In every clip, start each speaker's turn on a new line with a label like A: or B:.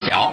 A: 聊，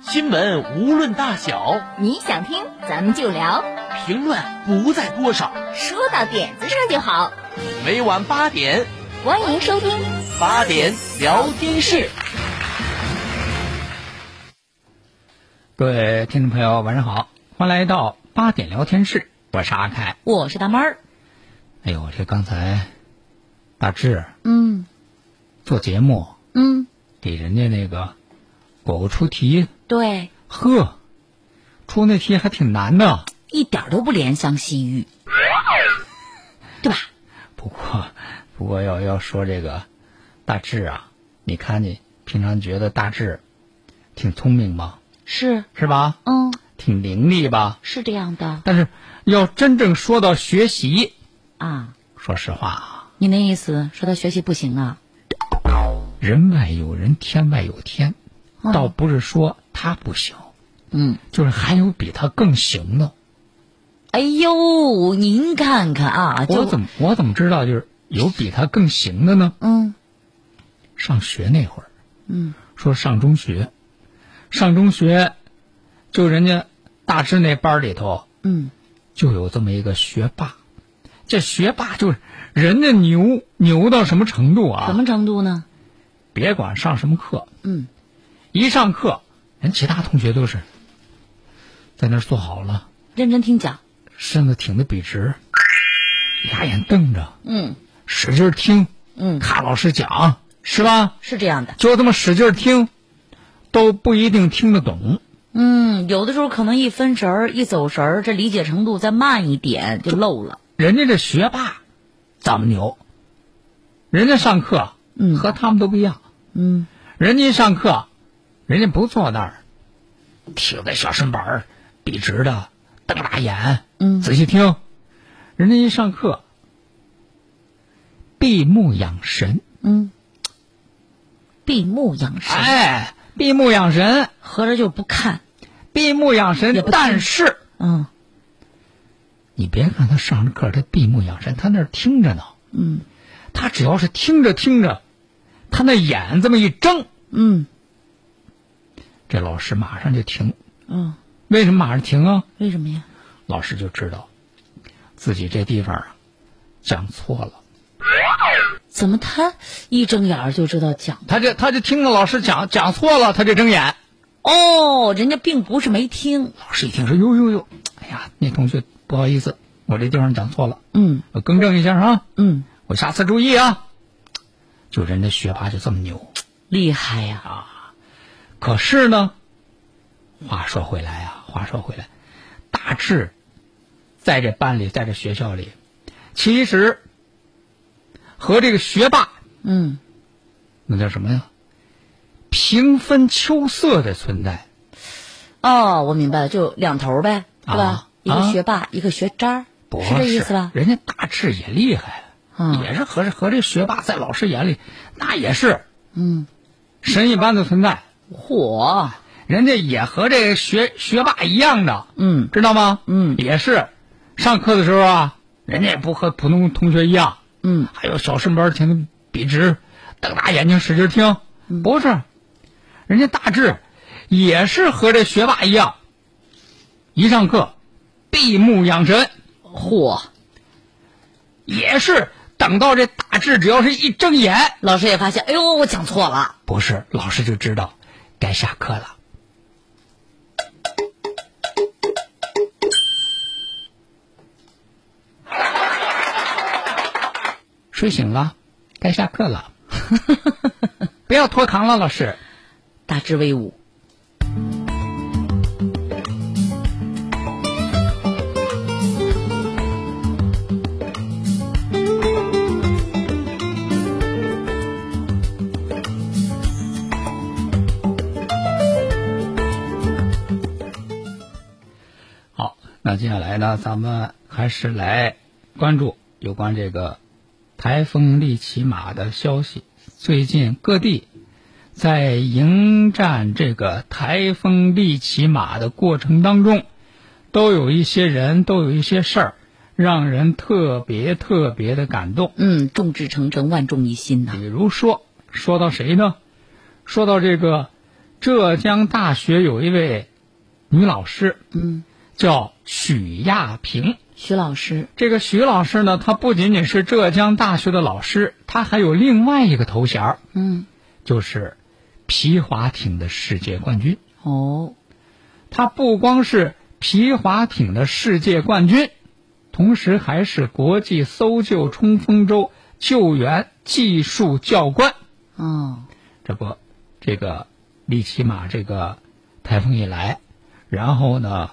B: 新闻无论大小，
C: 你想听咱们就聊，
B: 评论不在多少，
C: 说到点子上就好。
B: 每晚八点，
C: 欢迎收听
B: 八点聊天室。
A: 各位听众朋友，晚上好，欢迎来到八点聊天室，我是阿凯。
C: 我是大妹儿，
A: 哎呦，这刚才大志
C: 嗯
A: 做节目
C: 嗯，
A: 给人家那个果果出题，
C: 对，
A: 呵，出那题还挺难的。
C: 一点都不怜香惜 玉，对吧？
A: 不过，不过要要说这个大志啊，你看你平常觉得大志挺聪明吧，
C: 是，
A: 是吧？
C: 嗯，
A: 挺伶俐吧？
C: 是这样的
A: 但是要真正说到学习，
C: 啊。
A: 说实话啊，
C: 你那意思说他学习不行啊？
A: 人外有人，天外有天，倒不是说他不行，
C: 嗯，
A: 就是还有比他更行的。
C: 哎呦，您看看啊，就
A: 我怎么我怎么知道就是有比他更行的呢？
C: 嗯
A: 上学那会儿，嗯，说上中学，上中学，就人家大师那班里头
C: 嗯
A: 就有这么一个学霸，这学霸就是人家牛牛到什么程度
C: 什
A: 啊？
C: 么程度呢？
A: 别管上什么课，
C: 嗯，
A: 一上课，人其他同学都是在那儿坐好了，
C: 认真听讲，
A: 身子挺得笔直，俩眼瞪着，
C: 嗯
A: 使劲儿听，
C: 嗯，
A: 看老师讲，是吧？
C: 是这样的，
A: 就这么使劲儿听，都不一定听得懂。
C: 嗯，有的时候可能一分神儿、一走神儿，这理解程度再慢一点就漏了。
A: 人家这学霸怎么牛？人家上课，
C: 嗯
A: 和他们都不一样。
C: 嗯，
A: 人家一上课，人家不坐那儿，挺着小身板儿，笔直的，瞪大眼，
C: 嗯
A: 仔细听。人家一上课，闭目养神，
C: 嗯，闭目养神，
A: 哎，闭目养神，
C: 合着就不看。
A: 闭目养
C: 也
A: 神。
C: 不听
A: 但是
C: 嗯
A: 你别看他上着课，他闭目养神，他那儿听着呢。
C: 嗯
A: 他只要是听着听着，他那眼这么一睁，
C: 嗯
A: 这老师马上就停。
C: 嗯，
A: 为什么马上停啊？
C: 为什么呀？
A: 老师就知道自己这地方啊讲错了。
C: 怎么他一睁眼儿就知道讲？
A: 他就他就听着老师讲讲错了，他就睁眼。
C: 哦，人家并不是没听。
A: 老师一听说哟哟哟，哎呀，那同学不好意思，我这地方讲错了，
C: 嗯
A: 我更正一下啊，
C: 嗯，
A: 我下次注意啊。就人家学霸就这么牛，
C: 厉害呀、
A: 可是呢，话说回来啊，话说回来，大志在这班里，在这学校里，其实和这个学霸
C: 嗯，
A: 那叫什么呀？平分秋色的存在。
C: 哦，我明白了，就两头儿呗，是吧？
A: 啊
C: 一个
A: 啊
C: 学霸，一个学渣儿，
A: 不
C: 这意思吧？
A: 人家大志也厉害，
C: 嗯
A: 也是和和这学霸在老师眼里，那也是
C: 嗯，
A: 神一般的存在。
C: 火，
A: 人家也和这个学学霸一样的，
C: 嗯
A: 知道吗？
C: 嗯
A: 也是，上课的时候啊，人家也不和普通同学一样，
C: 嗯
A: 还有小身板儿挺得笔直，瞪大眼睛使劲听。
C: 嗯
A: 不是，人家大志也是和这学霸一样，一上课闭目养神，
C: 火，
A: 也是等到这大志只要是一睁眼，
C: 老师也发现，哎呦，我讲错了，
A: 不是老师就知道该下课了。睡醒了，该下课 了，不要拖堂了，老师。
C: 大智威武。
A: 那接下来呢，咱们还是来关注有关这个台风利奇马的消息。最近各地在迎战这个台风利奇马的过程当中，都有一些人，都有一些事儿，让人特别特别的感动。
C: 嗯，众志成城，万众一心呐、
A: 比如说，说到谁呢？说到这个浙江大学有一位女老师，
C: 嗯，
A: 叫许亚萍。
C: 徐老师，
A: 这个许老师呢，她不仅仅是浙江大学的老师，她还有另外一个头衔儿
C: 嗯，
A: 就是皮划艇的世界冠军。
C: 哦，
A: 她不光是皮划艇的世界冠军，同时还是国际搜救冲锋舟救援技术教官。
C: 哦，
A: 这不，这个利奇马这个台风一来，然后呢，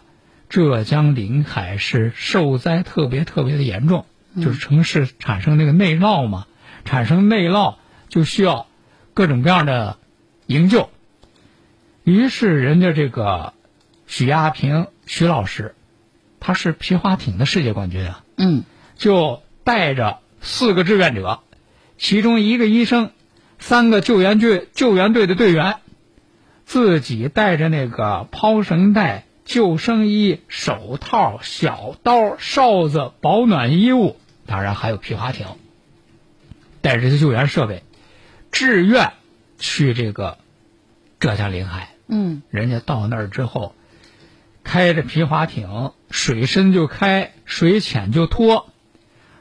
A: 浙江临海是受灾特别特别的严重，就是城市产生这个内涝嘛，产生内涝就需要各种各样的营救。于是人家这个许亚平许老师，他是皮划艇的世界冠军啊，
C: 嗯，
A: 就带着四个志愿者，其中一个医生，三个救援队救援队的队员，自己带着那个抛绳带、救生衣、手套、小刀、哨子、保暖衣物，当然还有皮划艇，带着这些救援设备，志愿去这个浙江临海。
C: 嗯，
A: 人家到那儿之后，开着皮划艇，水深就开，水浅就拖，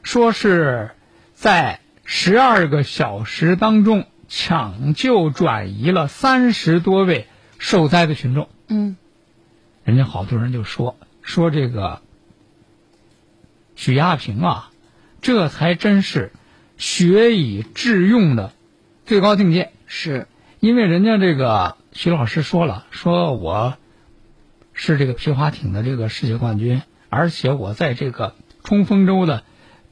A: 说是在十二个小时当中抢救转移了三十多位受灾的群众。
C: 嗯，
A: 人家好多人就说说这个许亚平啊，这才真是学以致用的最高境界。
C: 是，
A: 因为人家这个徐老师说了，说我是这个皮划艇的这个世界冠军，而且我在这个冲锋舟的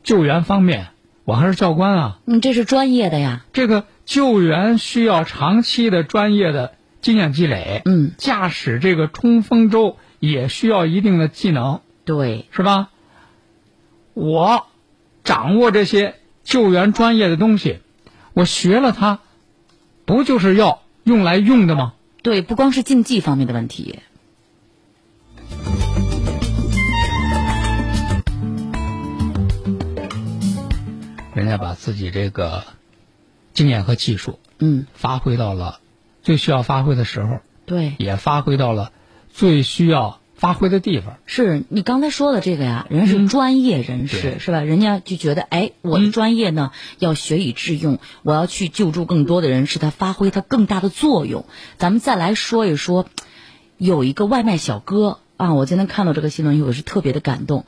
A: 救援方面，我还是教官啊。
C: 嗯，这是专业的呀，
A: 这个救援需要长期的专业的经验积累，
C: 嗯，
A: 驾驶这个冲锋舟也需要一定的技能，
C: 对，
A: 是吧？我掌握这些救援专业的东西，我学了它，不就是要用来用的吗？
C: 对，不光是竞技方面的问题，
A: 人家把自己这个经验和技术
C: 嗯，
A: 发挥到了最需要发挥的时候，
C: 对，
A: 也发挥到了最需要发挥的地方。
C: 是你刚才说的这个呀，人家是专业人士、
A: 对
C: 是吧？人家就觉得，哎，我的专业呢、要学以致用，我要去救助更多的人，使他发挥他更大的作用。咱们再来说一说，有一个外卖小哥啊，我今天看到这个新闻以后我是特别的感动。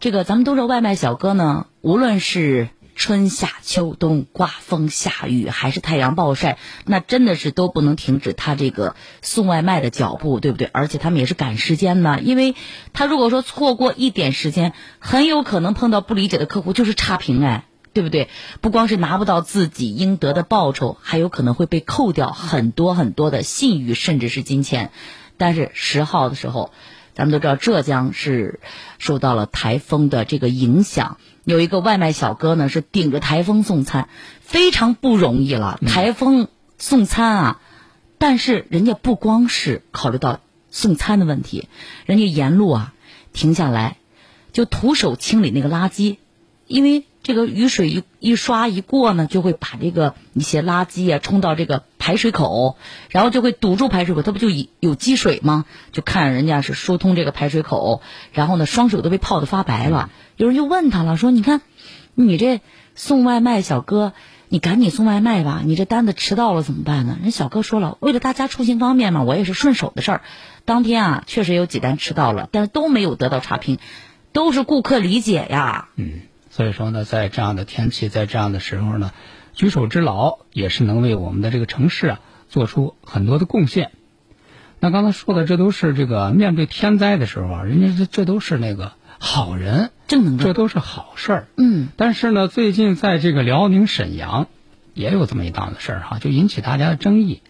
C: 这个咱们都知道，外卖小哥呢，无论是春夏秋冬、刮风下雨，还是太阳暴晒，那真的是都不能停止他这个送外卖的脚步，对不对？而且他们也是赶时间呢，因为他如果说错过一点时间，很有可能碰到不理解的客户，就是差评哎。对不对？不光是拿不到自己应得的报酬，还有可能会被扣掉很多很多的信誉，甚至是金钱。但是十号的时候，咱们都知道浙江是受到了台风的这个影响，有一个外卖小哥呢是顶着台风送餐，非常不容易了。台风送餐啊，但是人家不光是考虑到送餐的问题，人家沿路啊停下来，就徒手清理那个垃圾，因为这个雨水一一刷一过呢，就会把这个一些垃圾啊冲到这个排水口，然后就会堵住排水口，它不就一有积水吗？就看人家是疏通这个排水口，然后呢，双手都被泡得发白了。有人就问他了，说：“你看，你这送外卖小哥，你赶紧送外卖吧，你这单子迟到了怎么办呢？”人小哥说了，为了大家出行方便嘛，我也是顺手的事儿。当天啊，确实有几单迟到了，但是都没有得到差评，都是顾客理解呀。
A: 嗯所以说呢，在这样的天气，在这样的时候呢，举手之劳也是能为我们的这个城市啊做出很多的贡献。那刚才说的，这都是这个面对天灾的时候啊，人家这这都是那个好人，
C: 正能量
A: 这都是好事儿。
C: 嗯，
A: 但是呢，最近在这个辽宁沈阳，也有这么一档子事儿、哈，就引起大家的争议，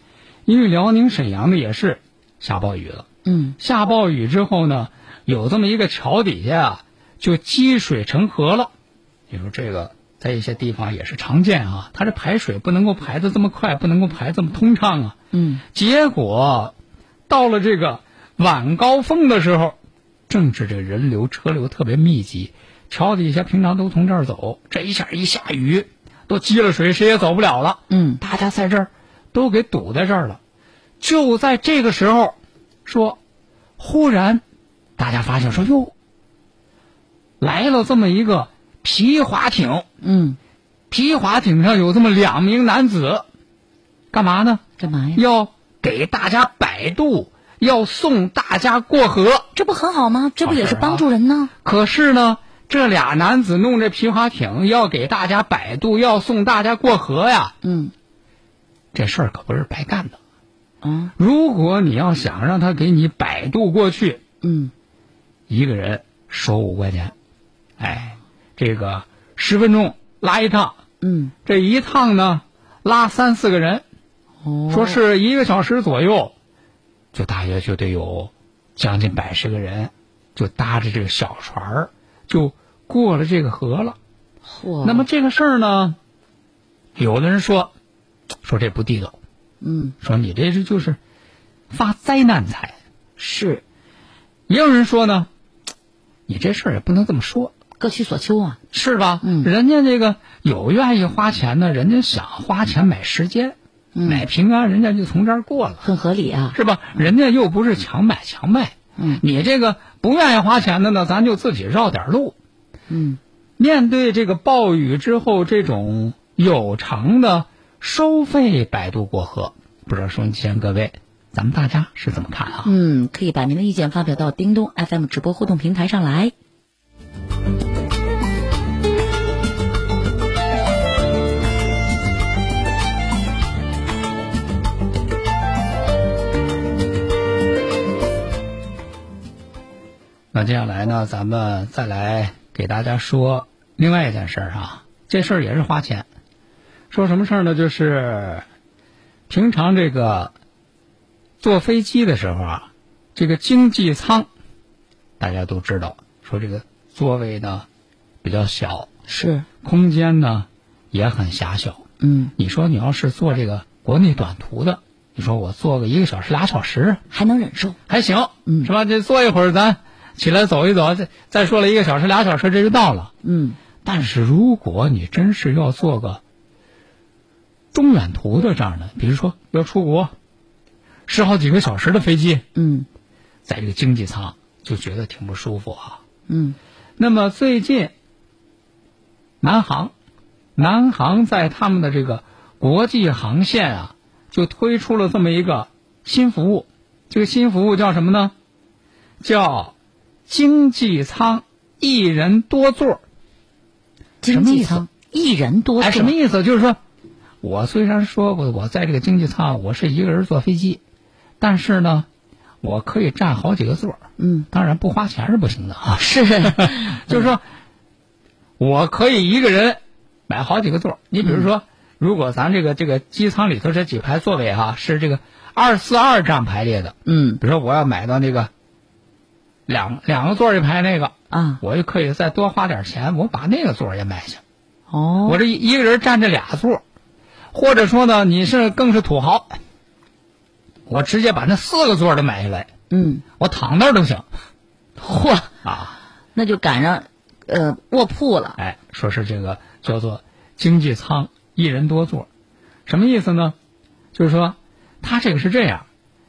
A: 因为辽宁沈阳呢也是下暴雨了，
C: 嗯
A: 下暴雨之后呢，有这么一个桥底下啊，就积水成河了。你说这个在一些地方也是常见啊，它这排水不能够排的这么快，不能够排这么通畅啊。
C: 嗯
A: 结果到了这个晚高峰的时候，正是这人流车流特别密集，桥底下平常都从这儿走，这一下一下雨，都积了水，谁也走不了了。
C: 嗯
A: 大家在这儿都给堵在这儿了。就在这个时候，说，忽然，大家发现说哟，来了这么一个皮划艇，
C: 嗯，
A: 皮划艇上有这么两名男子，干嘛呢？
C: 干嘛呀？
A: 要给大家摆渡，要送大家过河。
C: 这不很好吗？这不也
A: 好
C: 是
A: 事儿啊
C: 帮助人呢？
A: 可是呢，这俩男子弄这皮划艇要给大家摆渡，要送大家过河呀，
C: 嗯
A: 这事儿可不是白干的。
C: 啊
A: 如果你要想让他给你摆渡过去，
C: 嗯
A: 一个人收五块钱，哎，这个十分钟拉一趟，
C: 嗯
A: 这一趟呢拉三四个人，
C: 哦，
A: 说是一个小时左右，就大约就得有将近百十个人，就搭着这个小船儿就过了这个河了。
C: 嚯，
A: 那么这个事儿呢，有的人说，说这不地道，
C: 嗯
A: 说你这是就是发灾难财。
C: 是
A: 也有人说呢，你这事儿也不能这么说，
C: 各取所求啊。
A: 是吧？
C: 嗯
A: 人家这个有愿意花钱的，人家想花钱买时间，
C: 嗯
A: 买平安，人家就从这儿过了。
C: 很合理啊。
A: 是吧？人家又不是强买强卖，
C: 嗯
A: 你这个不愿意花钱的呢，咱就自己绕点路。
C: 嗯
A: 面对这个暴雨之后这种有偿的收费摆渡过河，不知道收音机前各位，咱们大家是怎么看啊？
C: 嗯，可以把您的意见发表到叮咚 FM 直播互动平台上来。
A: 那接下来呢，咱们再来给大家说另外一件事儿啊，这事儿也是花钱。说什么事儿呢？就是平常这个坐飞机的时候啊，这个经济舱大家都知道，说这个座位呢比较小，
C: 是，
A: 空间呢也很狭小。
C: 嗯，
A: 你说你要是坐这个国内短途的，你说我坐个一个小时、俩小时，
C: 还能忍受。
A: 还行，
C: 嗯
A: 是吧？这坐一会儿，咱起来走一走，再再说了一个小时、俩小时，这就到了。
C: 嗯
A: 但是如果你真是要做个中远途的这样的，比如说要出国，十好几个小时的飞机，
C: 嗯
A: 在这个经济舱就觉得挺不舒服啊。
C: 嗯
A: 那么最近，南航，南航在他们的这个国际航线啊，就推出了这么一个新服务。这个新服务叫什么呢？叫经济舱一人多座儿。
C: 经
A: 什么
C: 济
A: 意思
C: 舱一人多
A: 哎，
C: 坐
A: 什么意思？就是说，我虽然说我我在这个经济舱我是一个人坐飞机，但是呢，我可以占好几个座儿。
C: 嗯，
A: 当然不花钱是不行的啊。
C: 是，
A: 就是说，我可以一个人买好几个座儿。你比
C: 嗯
A: 如说，如果咱这个这个机舱里头这几排座位哈、是这个二四二这样排列的，
C: 嗯
A: 比如说我要买到那个两两个座儿一排那个，
C: 啊，
A: 我就可以再多花点钱，我把那个座儿也买下。
C: 哦，
A: 我这一一个人占这俩座儿，或者说呢，你是更是土豪，我直接把那四个座儿都买下来，
C: 嗯，
A: 我躺那儿都行
C: 嚯，
A: 啊。
C: 那就赶上呃卧铺了。
A: 哎，说是这个叫做经济舱一人多座，什么意思呢？就是说，他这个是这样，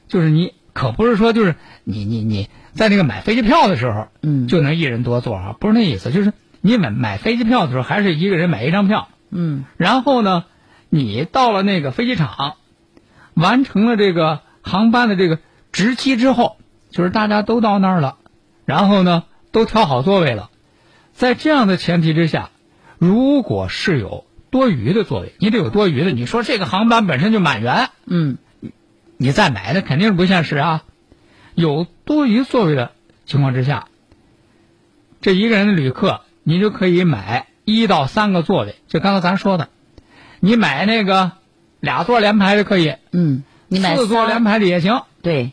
A: 就是你可不是说就是你你你在那个买飞机票的时候，
C: 嗯
A: 就能一人多座啊，不是那意思，就是你买买飞机票的时候还是一个人买一张票，
C: 嗯
A: 然后呢，你到了那个飞机场，完成了这个航班的这个值机之后，就是大家都到那儿了，然后呢，都挑好座位了。在这样的前提之下，如果是有多余的座位，你得有多余的。你说这个航班本身就满员，
C: 嗯
A: 你再买那肯定是不现实啊。有多余座位的情况之下，这一个人的旅客，你就可以买一到三个座位。就刚才咱说的，你买那个俩座连排的可以，
C: 嗯，你买
A: 四座
C: 仨
A: 连排的也行。
C: 对，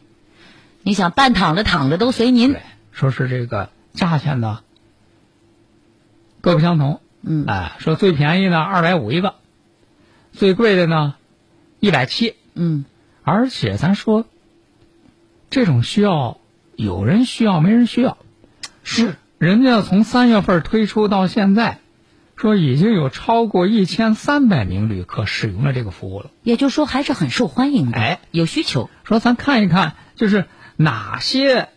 C: 你想半躺着躺着都随您
A: 对，，说是这个价钱呢各不相同，
C: 嗯
A: 哎，说最便宜呢二百五一个，最贵的呢一百七，
C: 嗯
A: 而且咱说这种需要有人需要没人需要，是人家从三月份推出到现在，说已经有超过一千三百名旅客使用了这个服务了。
C: 也就是说还是很受欢迎的，
A: 哎，
C: 有需求，
A: 说咱看一看，就是哪些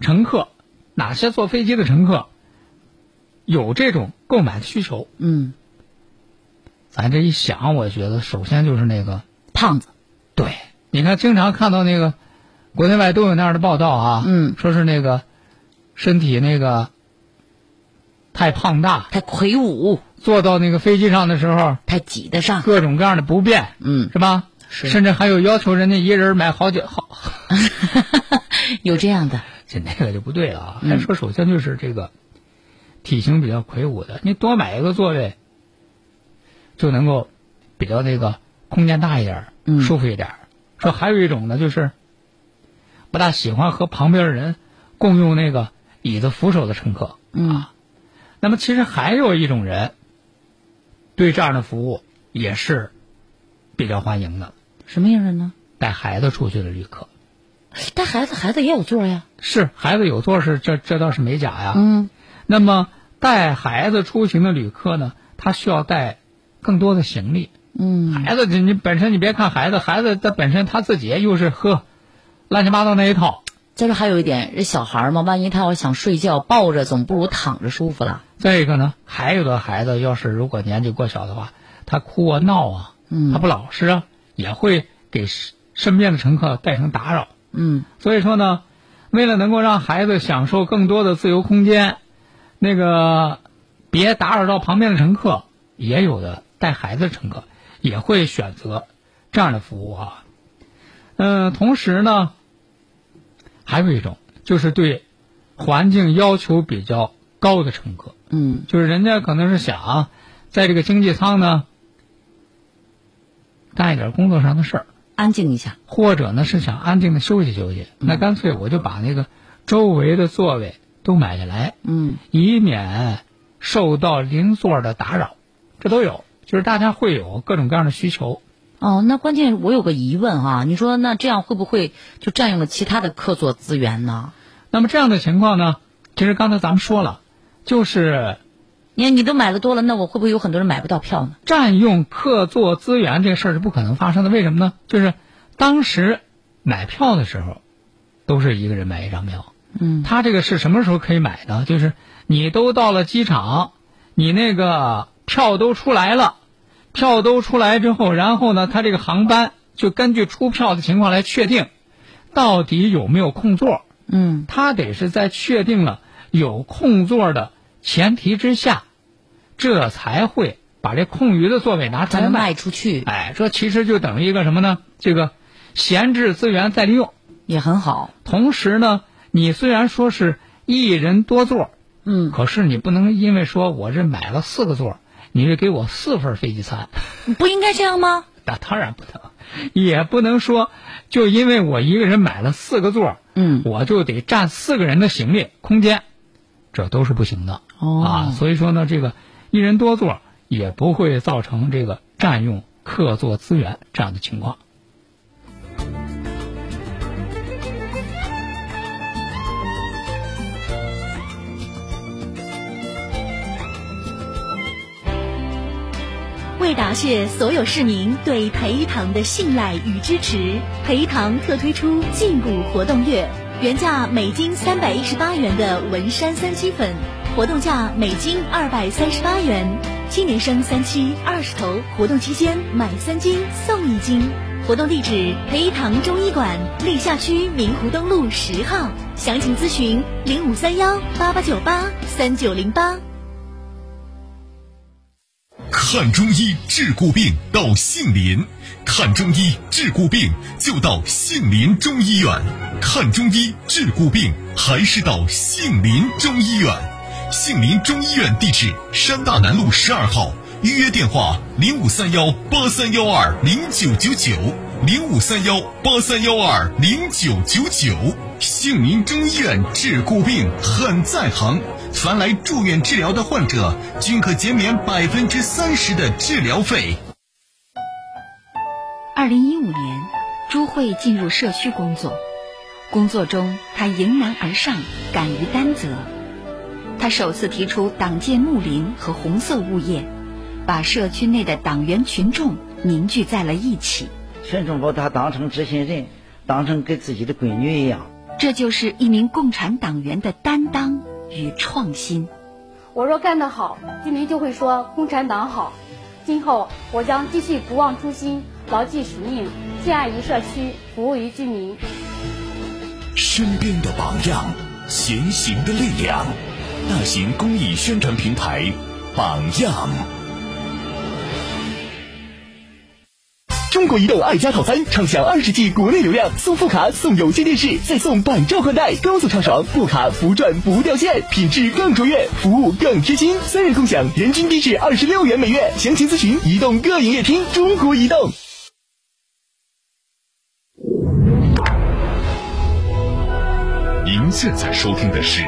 A: 乘客，哪些坐飞机的乘客有这种购买需求。
C: 嗯，
A: 咱这一想，我觉得首先就是那个，
C: 胖子，
A: 对，你看经常看到那个国内外都有那样的报道啊，
C: 嗯
A: 说是那个身体那个太胖大，
C: 太魁梧，
A: 坐到那个飞机上的时候
C: 太挤得上，
A: 各种各样的不便，
C: 嗯，
A: 是吧？
C: 是
A: 甚至还有要求人家一个人买好几好
C: 嗯 有这样的，
A: 这那个就不对了啊！
C: 嗯
A: 还说首先就是这个体型比较魁梧的，你多买一个座位就能够比较那个空间大一点儿，
C: 嗯
A: 舒服一点儿。说还有一种呢，就是不大喜欢和旁边人共用那个椅子扶手的乘客。
C: 嗯
A: 那么其实还有一种人对这样的服务也是比较欢迎的，
C: 什么样的呢？
A: 带孩子出去的旅客。
C: 但孩子孩子也有座呀，
A: 是孩子有座是这这倒是没假呀，
C: 嗯，
A: 那么带孩子出行的旅客呢，他需要带更多的行李。
C: 嗯，
A: 孩子，你你本身你别看孩子，孩子他本身他自己又是喝乱七八糟那一套，
C: 再说还有一点，这小孩儿嘛，万一他要想睡觉，抱着总不如躺着舒服了。
A: 再一个呢，还有的孩子要是如果年纪过小的话，他哭啊闹啊，
C: 嗯
A: 他不老实啊，也会给身身边的乘客带成打扰。
C: 嗯
A: 所以说呢，为了能够让孩子享受更多的自由空间，那个别打扰到旁边的乘客，也有的带孩子的乘客也会选择这样的服务啊。嗯、同时呢，还有一种就是对环境要求比较高的乘客，
C: 嗯
A: 就是人家可能是想在这个经济舱呢干一点工作上的事儿。
C: 安静一下，
A: 或者呢是想安静的休息休息，那干脆我就把那个周围的座位都买下来，
C: 嗯
A: 以免受到邻座的打扰。这都有，就是大家会有各种各样的需求。
C: 哦，那关键我有个疑问哈、啊你说那这样会不会就占用了其他的客座资源呢？
A: 那么这样的情况呢，其实刚才咱们说了，就是
C: 你看你都买的多了，那我会不会有很多人买不到票呢？
A: 占用客座资源这事儿是不可能发生的。为什么呢？就是当时买票的时候，都是一个人买一张票。
C: 嗯
A: 他这个是什么时候可以买呢？就是你都到了机场，你那个票都出来了，票都出来之后，然后呢，他这个航班就根据出票的情况来确定，到底有没有空座。
C: 嗯
A: 他得是在确定了有空座的前提之下，这才会把这空余的座位拿出
C: 才
A: 来
C: 能
A: 卖。
C: 卖出去，
A: 哎，这其实就等于一个什么呢？这个闲置资源再利用。
C: 也很好。
A: 同时呢，你虽然说是一人多座，
C: 嗯，
A: 可是你不能因为说我这买了四个座，你就给我四份飞机餐，
C: 不应该这样吗？
A: 那当然不能，也不能说就因为我一个人买了四个座，
C: 嗯，
A: 我就得占四个人的行李空间，这都是不行的、
C: 哦
A: 啊。所以说呢，这个一人多座也不会造成这个占用客座资源这样的情况。
D: 为答谢所有市民对培堂的信赖与支持，培堂特推出进补活动月，原价每斤三百一十八元的文山三七粉，活动价每斤二百三十八元。青年生三七二十头，活动期间买三斤送一斤。活动地址：培堂中医馆历下区明湖东路十号。详情咨询零五三幺八八九八三九零八。
E: 看中医治骨病到杏林，看中医治骨病就到杏林中医院，看中医治骨病还是到杏林中医院。杏林中医院地址：山大南路十二号，预约电话：零五三幺八三幺二零九九九，零五三幺八三幺二零九九九。杏林中医院治骨病很在行，凡来住院治疗的患者均可减免百分之三十的治疗费。
F: 二零一五年，朱慧进入社区工作，工作中她迎难而上，敢于担责。她首次提出党建睦邻和红色物业，把社区内的党员群众凝聚在了一起。
G: 群众把她当成知心人，当成跟自己的闺女一样。
F: 这就是一名共产党员的担当与创新。
H: 我若干得好，居民就会说共产党好。今后我将继续不忘初心，牢记使命，敬爱于社区，服务于居民。
E: 身边的榜样，前行的力量。大型公益宣传平台，榜样。
I: 中国移动爱家套餐畅享二十 G 国内流量，送副卡送有线电视，再送百兆宽带，高速畅爽，副卡不转不掉线，品质更卓越，服务更贴心，三人共享，人均低至二十六元每月。详情咨询移动各营业厅。中国移动。
E: 您现在收听的是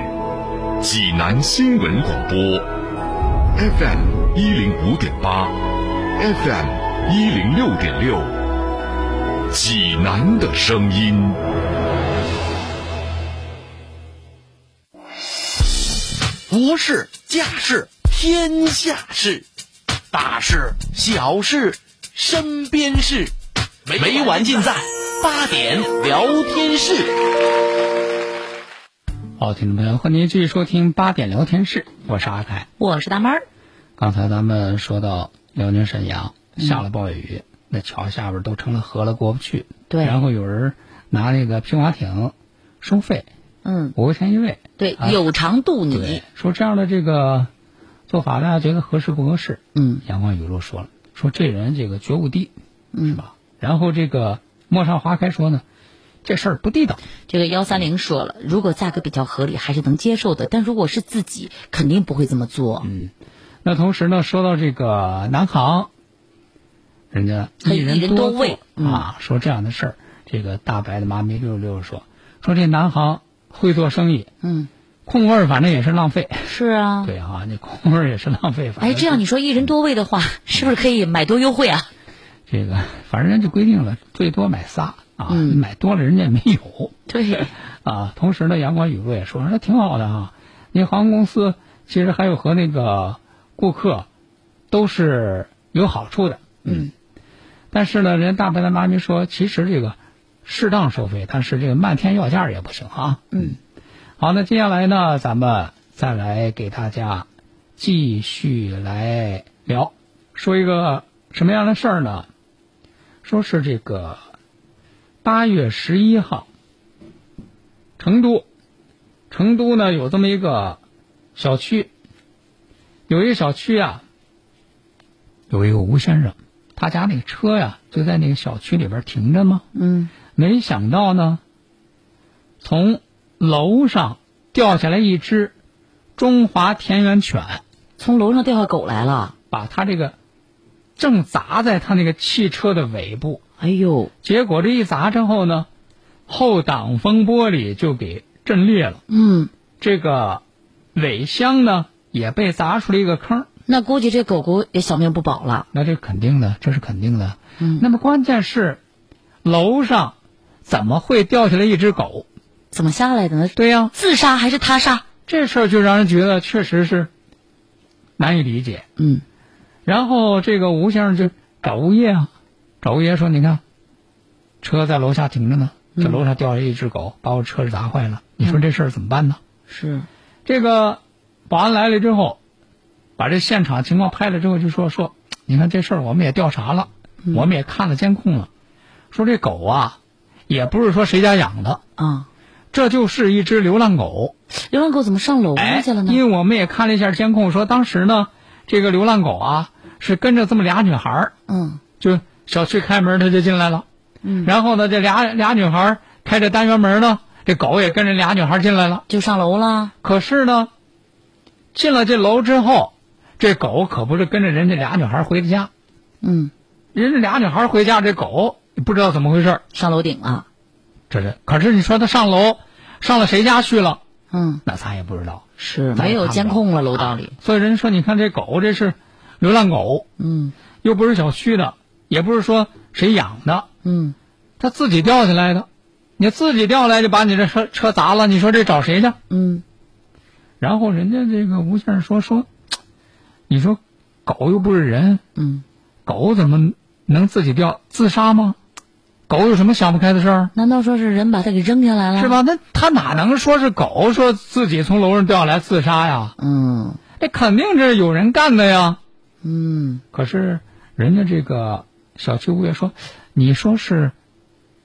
E: 济南新闻广播，FM 一零五点八，FM 一零六点六，济南的声音。
B: 国事、家事、天下事，大事、小事、身边事，每晚尽在八点聊天室。
A: 好，听众朋友，欢迎您继续收听八点聊天室，我是阿凯。
C: 我是大妹儿，
A: 刚才咱们说到辽宁沈阳
C: 嗯
A: 下了暴雨，那桥下边都成了河了，过不去。
C: 对
A: 然后有人拿那个皮划艇收费
C: 嗯，
A: 五块钱一位，
C: 对，
A: 啊
C: 有偿渡你，
A: 说这样的这个做法，大家觉得合适不合适？
C: 嗯，
A: 阳光雨露说了，说这人这个觉悟低，嗯，是吧？然后这个陌上花开说呢，这事儿不地道。
C: 这个幺三零说了，如果价格比较合理，还是能接受的。但如果是自己，肯定不会这么做。
A: 嗯那同时呢，说到这个南航，人家
C: 嘿一
A: 人
C: 人多
A: 做
C: 位嗯
A: 啊，说这样的事儿，这个大白的妈咪六六说，说这南航会做生意，
C: 嗯，
A: 空位儿反正也是浪费，
C: 是啊。
A: 对啊，那空位儿也是浪费，反正
C: 哎，这样你说一人多位的话，是不是可以买多优惠啊？
A: 这个反正人家规定了，最多买仨啊，
C: 嗯
A: 买多了人家没有
C: 对，
A: 啊。同时呢，阳光雨露也说，那挺好的啊。那航空公司其实还有和那个顾客都是有好处的，嗯。但是呢，人家大白的妈咪说，其实这个适当收费，但是这个漫天要价也不行啊。嗯。好，那接下来呢，咱们再来给大家继续来聊，说一个什么样的事儿呢？说是这个八月十一号，成都，成都呢有这么一个小区，有一个小区啊，有一个吴先生，他家那个车呀就在那个小区里边停着嘛，
C: 嗯，
A: 没想到呢，从楼上掉下来一只中华田园犬，
C: 从楼上掉下狗来了。
A: 把他这个正砸在他那个汽车的尾部。
C: 哎呦，
A: 结果这一砸之后呢，后挡风玻璃就给震裂了，
C: 嗯，
A: 这个尾箱呢也被砸出了一个坑。
C: 那估计这狗狗也小命不保了。
A: 那这肯定的，这是肯定的。
C: 嗯
A: 那么关键是，楼上怎么会掉下来一只狗？
C: 怎么下来的呢？
A: 对呀、
C: 自杀还是他杀？
A: 这事儿就让人觉得确实是难以理解。
C: 嗯，
A: 然后这个吴先生就找物业啊，找物业说：“你看，车在楼下停着呢，
C: 嗯
A: 这楼上掉下一只狗，把我车砸坏了。你说这事儿怎么办呢？”
C: 是，
A: 这个保安来了之后，把这现场情况拍了之后，就说说，你看这事儿我们也调查了，我们也看了监控了，说这狗啊，也不是说谁家养的，
C: 啊，
A: 这就是一只流浪狗。
C: 流浪狗怎么上楼上
A: 哎，
C: 去了呢？
A: 因为我们也看了一下监控，说当时呢，这个流浪狗啊是跟着这么俩女孩儿，
C: 嗯
A: 就小区开门它就进来了，嗯，然后呢，这俩俩女孩儿开着单元门呢，这狗也跟着俩女孩儿进来了。
C: 就上楼了。
A: 可是呢，进了这楼之后，这狗可不是跟着人家俩女孩儿回的家，
C: 嗯，
A: 人家俩女孩儿回家，这狗不知道怎么回事儿，
C: 上楼顶了。
A: 这是。可是你说它上楼，上了谁家去了，
C: 嗯，啊
A: 那咱也不知道。
C: 是
A: 咱也
C: 没有
A: 看不
C: 监
A: 着
C: 控了，楼道里，
A: 所以人说，你看这狗，这是流浪狗，
C: 嗯
A: 又不是小区的，也不是说谁养的，
C: 嗯，
A: 它自己掉下来的。你自己掉下来就把你这车车砸了，你说这找谁去？
C: 嗯，
A: 然后人家这个吴先生说说，你说狗又不是人，
C: 嗯，
A: 狗怎么能自己掉自杀吗？狗有什么想不开的事儿？
C: 难道说是人把它给扔下来了？
A: 是？吧？那他哪能说是狗说自己从楼上掉下来自杀呀？
C: 嗯
A: 那肯定这是有人干的呀。
C: 嗯
A: 可是人家这个小区物业说，你说是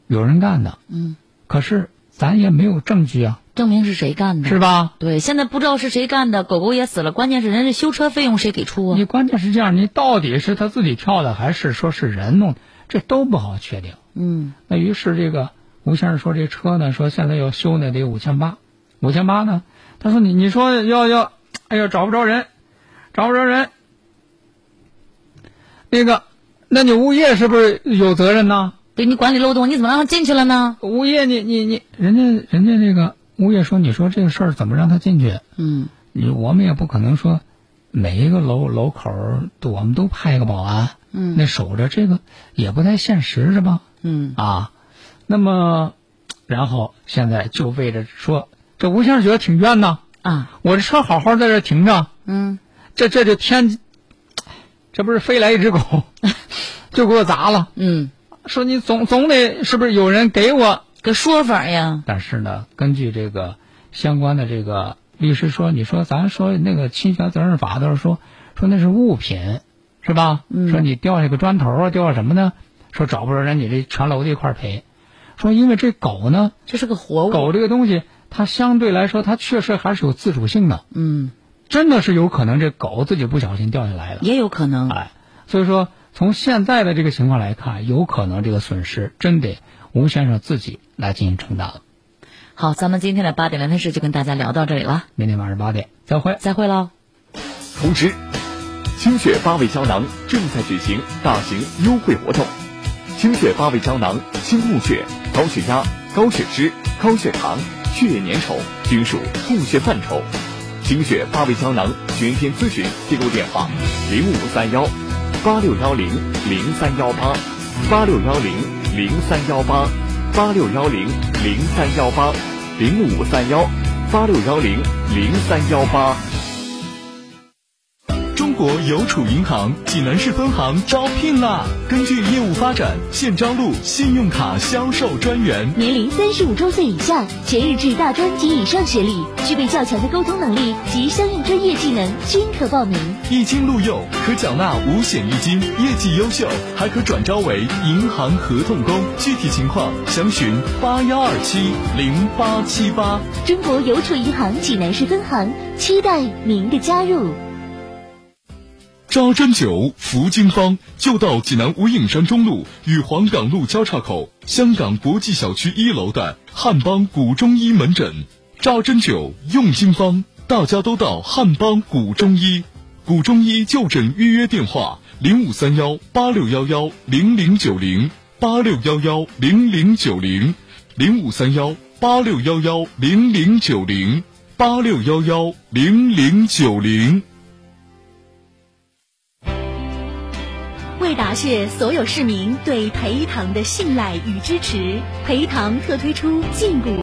A: 有人干的，
C: 嗯，
A: 可是咱也没有证据啊，
C: 证明是谁干的？
A: 是吧？
C: 对，现在不知道是谁干的，狗狗也死了，关键是人家修车费用谁给出啊
A: 你？关键是这样，你到底是他自己跳的，还是说是人弄的，这都不好确定。
C: 嗯
A: 那于是这个吴先生说，这车呢，说现在要修呢，得五千八，五千八呢，他说你你说要要，哎呀，找不着人，找不着人，那个，那你物业是不是有责任呢？
C: 对你管理漏洞，你怎么让他进去了呢？
A: 物业你你你，人家人家这个物业说，你说这个事儿怎么让他进去？
C: 嗯
A: 你我们也不可能说每一个楼楼口儿都我们都派一个保安，
C: 嗯
A: 那守着这个也不太现实是吧？
C: 嗯
A: 啊，那么然后现在就为着说，这吴先生觉得挺冤呐，
C: 啊
A: 我这车好好在这儿停着，
C: 嗯
A: 这这就天，这不是飞来一 只狗，就给我砸了，
C: 嗯，
A: 说你总总得是不是有人给我
C: 个说法呀，
A: 但是呢，根据这个相关的这个律师说，你说咱说那个侵权责任法都是说说那是物品，是吧？说你掉下个砖头啊，掉下什么呢？说找不着人，你这全楼的一块儿赔。说因为这狗呢，
C: 这是个活物。
A: 狗这个东西，它相对来说它确实还是有自主性的，
C: 嗯，
A: 真的是有可能这狗自己不小心掉下来的。
C: 也有可能。
A: 哎，所以说从现在的这个情况来看，有可能这个损失真得吴先生自己来进行承担了。
C: 好，咱们今天的八点聊天室就跟大家聊到这里了，
A: 明天晚上八点再会。
C: 再会喽。
I: 同时，清血八味胶囊正在举行大型优惠活动。清血八味胶囊清木血、高血压、高血脂、高血糖、血液粘稠均属供血范畴。清血八味胶囊全天咨询订购电话：零五三幺八六幺零零三幺八八六幺零零三幺八八六幺零零三幺八零五三幺八六幺零零三幺八。
E: 中国邮储银行济南市分行招聘啦！根据业务发展，现招录信用卡销售专员。
D: 年龄三十五周岁以上，全日制大专及以上学历，具备较强的沟通能力及相应专业技能，均可报名。
E: 一经录用，可缴纳五险一金，业绩优秀还可转招为银行合同工。具体情况详询八幺二七零八七八。
D: 中国邮储银行济南市分行期待您的加入。
E: 扎针灸、服经方，就到济南无影山中路与黄岗路交叉口香港国际小区一楼的汉邦古中医门诊。扎针灸、用经方，大家都到汉邦古中医。古中医就诊预约电话：零五三幺八六幺幺零零九零八六幺幺零零九零零五三幺八六幺幺零零九零八六幺幺零零九零。
D: 为答谢所有市民对培一堂的信赖与支持，培一堂特推出禁锢。